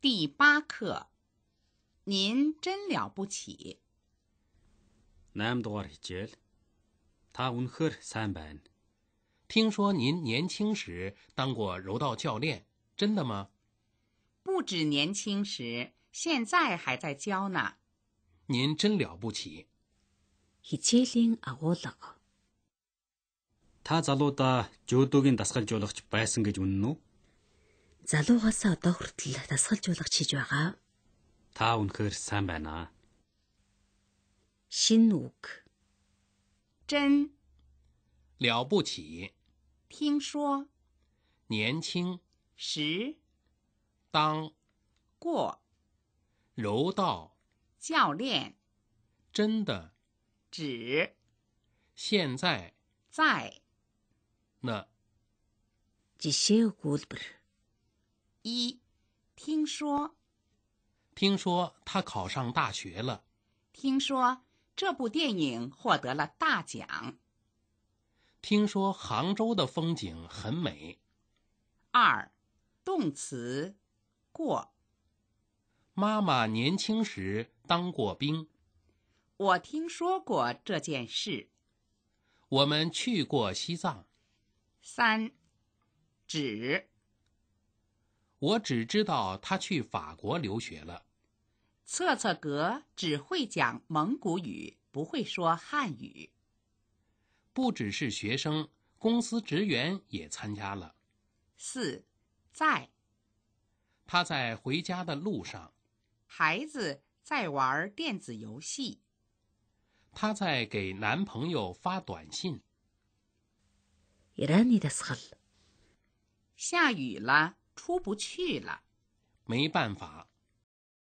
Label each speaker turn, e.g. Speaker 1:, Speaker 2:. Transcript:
Speaker 1: 第八课，您真了不起。
Speaker 2: 8 дугаар хичээл. Та үнэхээр сайн байна.
Speaker 3: 听说您年轻时当过柔道教练，真的吗？
Speaker 1: 不止年轻时，现在还在教呢。
Speaker 3: 您真了不起。
Speaker 4: Хичээлийн агуулга.
Speaker 2: Та залуудаа жүдөөгийн дасгалжуулагч байсан гэж үнэн үү?
Speaker 4: Залуугаас одоо хүртэл дасгалжуулагч хийж байгаа.
Speaker 2: Та үнэхээр сайн байна.
Speaker 4: Шин үг.
Speaker 1: 真
Speaker 3: 了不起，
Speaker 1: 听说
Speaker 3: 年轻
Speaker 1: 时
Speaker 3: 当
Speaker 1: 过
Speaker 3: 柔道
Speaker 1: 教练
Speaker 3: 真的
Speaker 1: 只
Speaker 3: 现在
Speaker 1: 在
Speaker 3: 呢。
Speaker 4: Жишээ өгүүлбэр.
Speaker 1: 一，听说
Speaker 3: 听说他考上大学了，
Speaker 1: 听说这部电影获得了大奖。
Speaker 3: 听说杭州的风景很美。
Speaker 1: 二，动词过。
Speaker 3: 妈妈年轻时当过兵，
Speaker 1: 我听说过这件事。
Speaker 3: 我们去过西藏。
Speaker 1: 三，只
Speaker 3: 我只知道他去法国留学了。
Speaker 1: 测测格只会讲蒙古语，不会说汉语。
Speaker 3: 不只是学生，公司职员也参加了。
Speaker 1: 四，在
Speaker 3: 他在回家的路上，
Speaker 1: 孩子在玩电子游戏。
Speaker 3: 他在给男朋友发短信。
Speaker 4: Ираны дасгал.
Speaker 1: 下雨了，出不去了。
Speaker 3: 没办法，